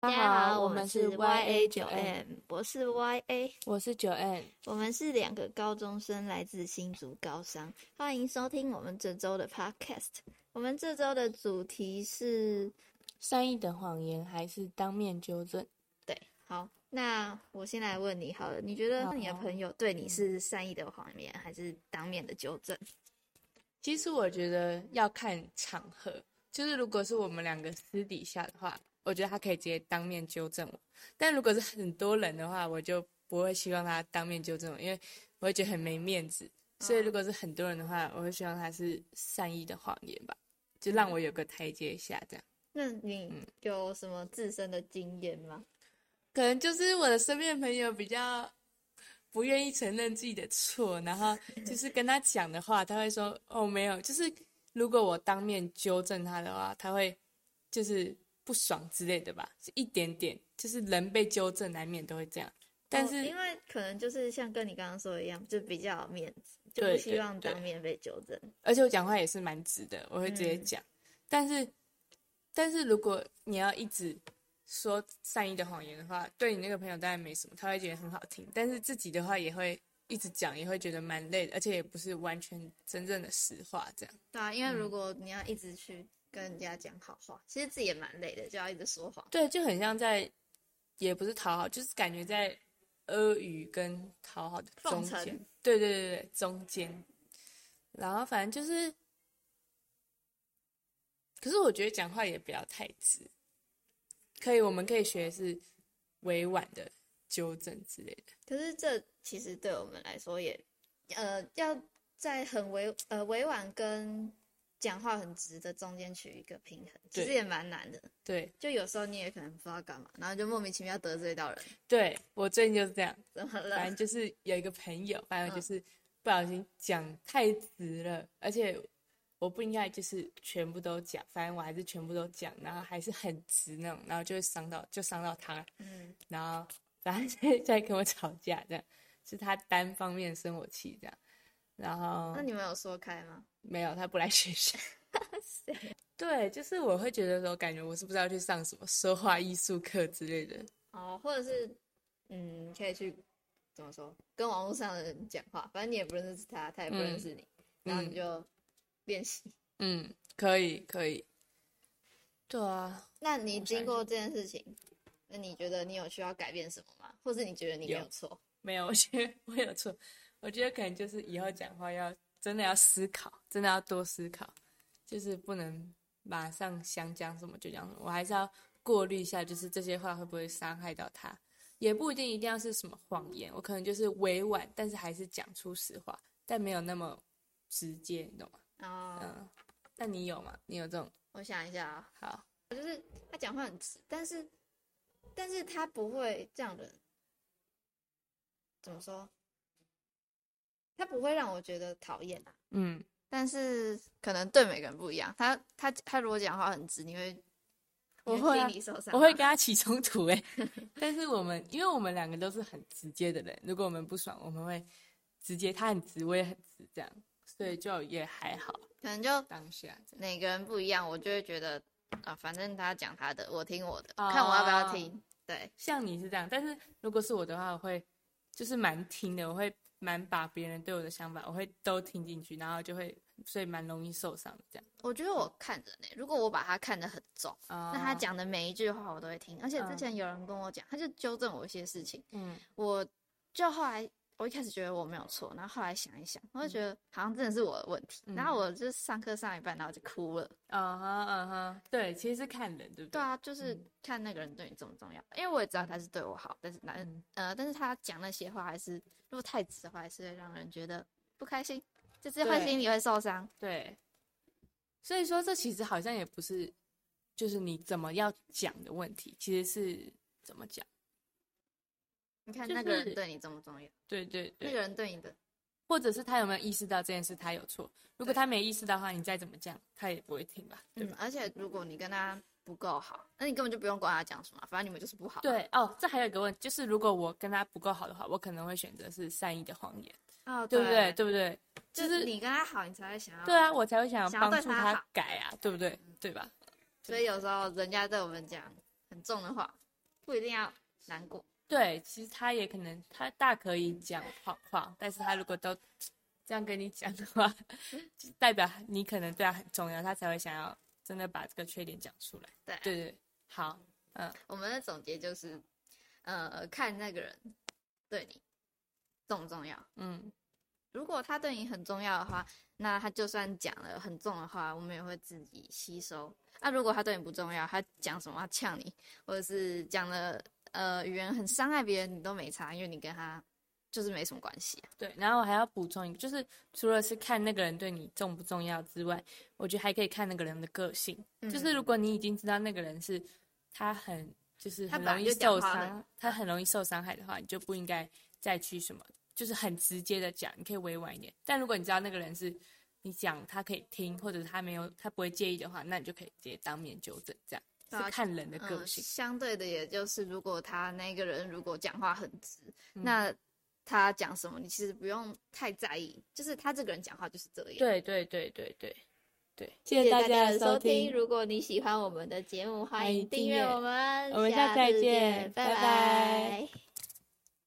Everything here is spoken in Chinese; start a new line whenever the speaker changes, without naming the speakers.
大
大
家
家
好，
好，
我
我
们
们
是
是
YA
YA
九
九
M，
M，我是 YA，
我是九 N，
我们是两个高中生，来自新竹高商，欢迎收听我们这周的 Podcast。我们这周的主题是，
善意的谎言还是当面纠正？
对，好，那我先来问你好了，你觉得
好
你的朋友对你是善意的谎言，还是当面的纠正？
其实我觉得要看场合，就是如果是我们两个私底下的话，我觉得他可以直接当面纠正我；但如果是很多人的话，我就不会希望他当面纠正我，因为我会觉得很没面子。所以如果是很多人的话，我会希望他是善意的谎言吧，就让我有个台阶下这样。
那
嗯
你有什么自身的经验吗？
可能就是我的身边的朋友比较不愿意承认自己的错，然后就是跟他讲的话，他会说：“哦，没有。”就是如果我当面纠正他的话，他会就是不爽之类的吧，是一点点，就是人被纠正难免都会这样。但
哦
是、
因为可能就是像跟你刚刚说的一样，就比较有面子，就
对
不
对
希望
对
当面被纠正。
而且我讲话也是蛮直的，我会直接
嗯
讲。但是，但是如果你要一直说善意的谎言的话，对你那个朋友当然没什么，他会觉得很好听。但是自己的话也会一直讲，也会觉得蛮累的，而且也不是完全真正的实话这样。
对啊，因为
嗯
如果你要一直去跟人家讲好话，其实自己也蛮累的，就要一直说谎。
对，就很像在，也不是讨好，就是感觉在阿谀跟讨好的中
奉
间
承。
对对对对，中间。然后反正就是，可是我觉得讲话也不要太直，可以，我们可以学是委婉的纠正之类的。
可是这其实对我们来说也，呃，要在很委呃委婉跟讲话很直的中间取一个平衡，其实
对
也蛮难的。
对
就有时候你也可能不知道干嘛，然后就莫名其妙得罪到人，
对，我最近就是这样，
怎么了
反？正就是有一个朋友，反正
嗯
就是不小心讲太直了，而且我不应该就是全部都讲，反正我还是全部都讲，然后还是很直那种，然后就会伤到就伤到他，
嗯，
然后反正现在跟我吵架这样，是他单方面生我气这样，然后
那你们有说开吗？
没有他不来学校。
谁
对，就是我会觉得说，感觉我是不是要去上什么说话艺术课之类的，
哦，或者是嗯，可以去怎么说，跟网络上的人讲话，反正你也不认识他，他也不认
嗯
识你，然后你
嗯
就练习。
嗯，可以可以，对啊，
那你
我
经
想
过这件事情，那你觉得你有需要改变什么吗？或是你觉得你没
有
有错？
没有，我觉得我有错，我觉得可能就是以后讲话要真的要思考，真的要多思考，就是不能马上想讲什么就讲什么，我还是要过滤一下，就是这些话会不会伤害到他，也不一定一定要是什么谎言，我可能就是委婉，但是还是讲出实话，但没有那么直接，你懂吗？
啊、
嗯，那你有吗？你有这种
我想一下啊，
好？
他讲话很直，但是，但是他不会让人怎么说？他不会让我觉得讨厌啊。
嗯，
但是可能对每个人不一样。他他他如果讲话很直，你会
我
你
会啊
心里受伤
我会
吗
跟他起冲突 哎、但是我们因为我们两个都是很直接的人，如果我们不爽，我们会直接，他很直，我也很直，这样，所以就也还好
可能就
当下这样。
每个人不一样，我就会觉得啊，反正他讲他的，我听我的，看我要不要
哦
听。对，
像你是这样，但是如果是我的话，我会就是蛮听的，我会蛮把别人对我的想法，我会都听进去，然后就会所以蛮容易受伤的这样。
我觉得我看人呢、如果我把他看得很重，
啊、
那他，讲的每一句话我都会听。而且之
嗯
前有人跟我讲，他就纠正我一些事情，
嗯，
我就后来我一开始觉得我没有错，然后后来想一想，我就觉得好像真的是我的问题。然后
嗯
我就上课上一半，然后就哭了。
啊哈啊哈，对，其实是看人，对不
对
对
啊，就是
嗯
看那个人对你重不重要，因为我也知道他是对我好，但是那、
嗯
呃，但是他讲那些话还是，如果太直的话，还是会让人觉得不开心，就是会
对
心里会受伤。
对，所以说这其实好像也不是，就是你怎么要讲的问题，其实是怎么讲。
你看
就
那个人
是
对你重不重要，
对对
那
对，
个人对你的，
或者是他有没有意识到这件事他有错？如果
对
他没意识到的话，你再怎么讲，他也不会听吧？对
嗯
吧？，
而且如果你跟他不够好，那你根本就不用管他讲什么，反正你们就是不好。
对哦，这还有一个问题，就是如果我跟他不够好的话，我可能会选择是善意的谎言，
哦，
对不对？？对不对？
就
就是
是你跟他好，你才会想要。
对啊，，我才会想要
想要
帮
对
助
他
他
好嗯
改啊，对不对？对吧？
所以有时候人家对我们讲很重的话，不一定要难过。
对，其实他也可能，他大可以讲好话，但是他如果都这样跟你讲的话，就代表你可能对他很重要，他才会想要真的把这个缺点讲出来。
对啊
对对，好，嗯，
我们的总结就是，呃，看那个人对你重不重要。
嗯，
如果他对你很重要的话，那他就算讲了很重的话，我们也会自己吸收。那、如果他对你不重要，他讲什么他呛你，或者是讲了呃语言很伤害别人，你都没差，因为你跟他就是没什么关系啊、
对。然后我还要补充一个，就是除了是看那个人对你重不重要之外，我觉得还可以看那个人的个性。
嗯
就是如果你已经知道那个人是他很就是
他
很
本
容
来
易
就讲
受
话
伤，他很容易受伤害的话，你就不应该再去什么，就是很直接的讲，你可以委婉一点。但如果你知道那个人是你讲他可以听，或者是他没有他不会介意的话，那你就可以直接当面纠正，这样
对啊
是看人的个
嗯
性。
相对的，也就是如果他那个人如果讲话很直，
嗯
那他讲什么你其实不用太在意，就是他这个人讲话就是这样。
对对对对对对，谢
谢
谢
谢
大
大
家
家
的
的
收
收
听
听。。如果你喜欢我们的节目，
欢
欢
迎
迎订
订阅
阅我们，
我们下次
次
见
见，
拜
拜
拜
拜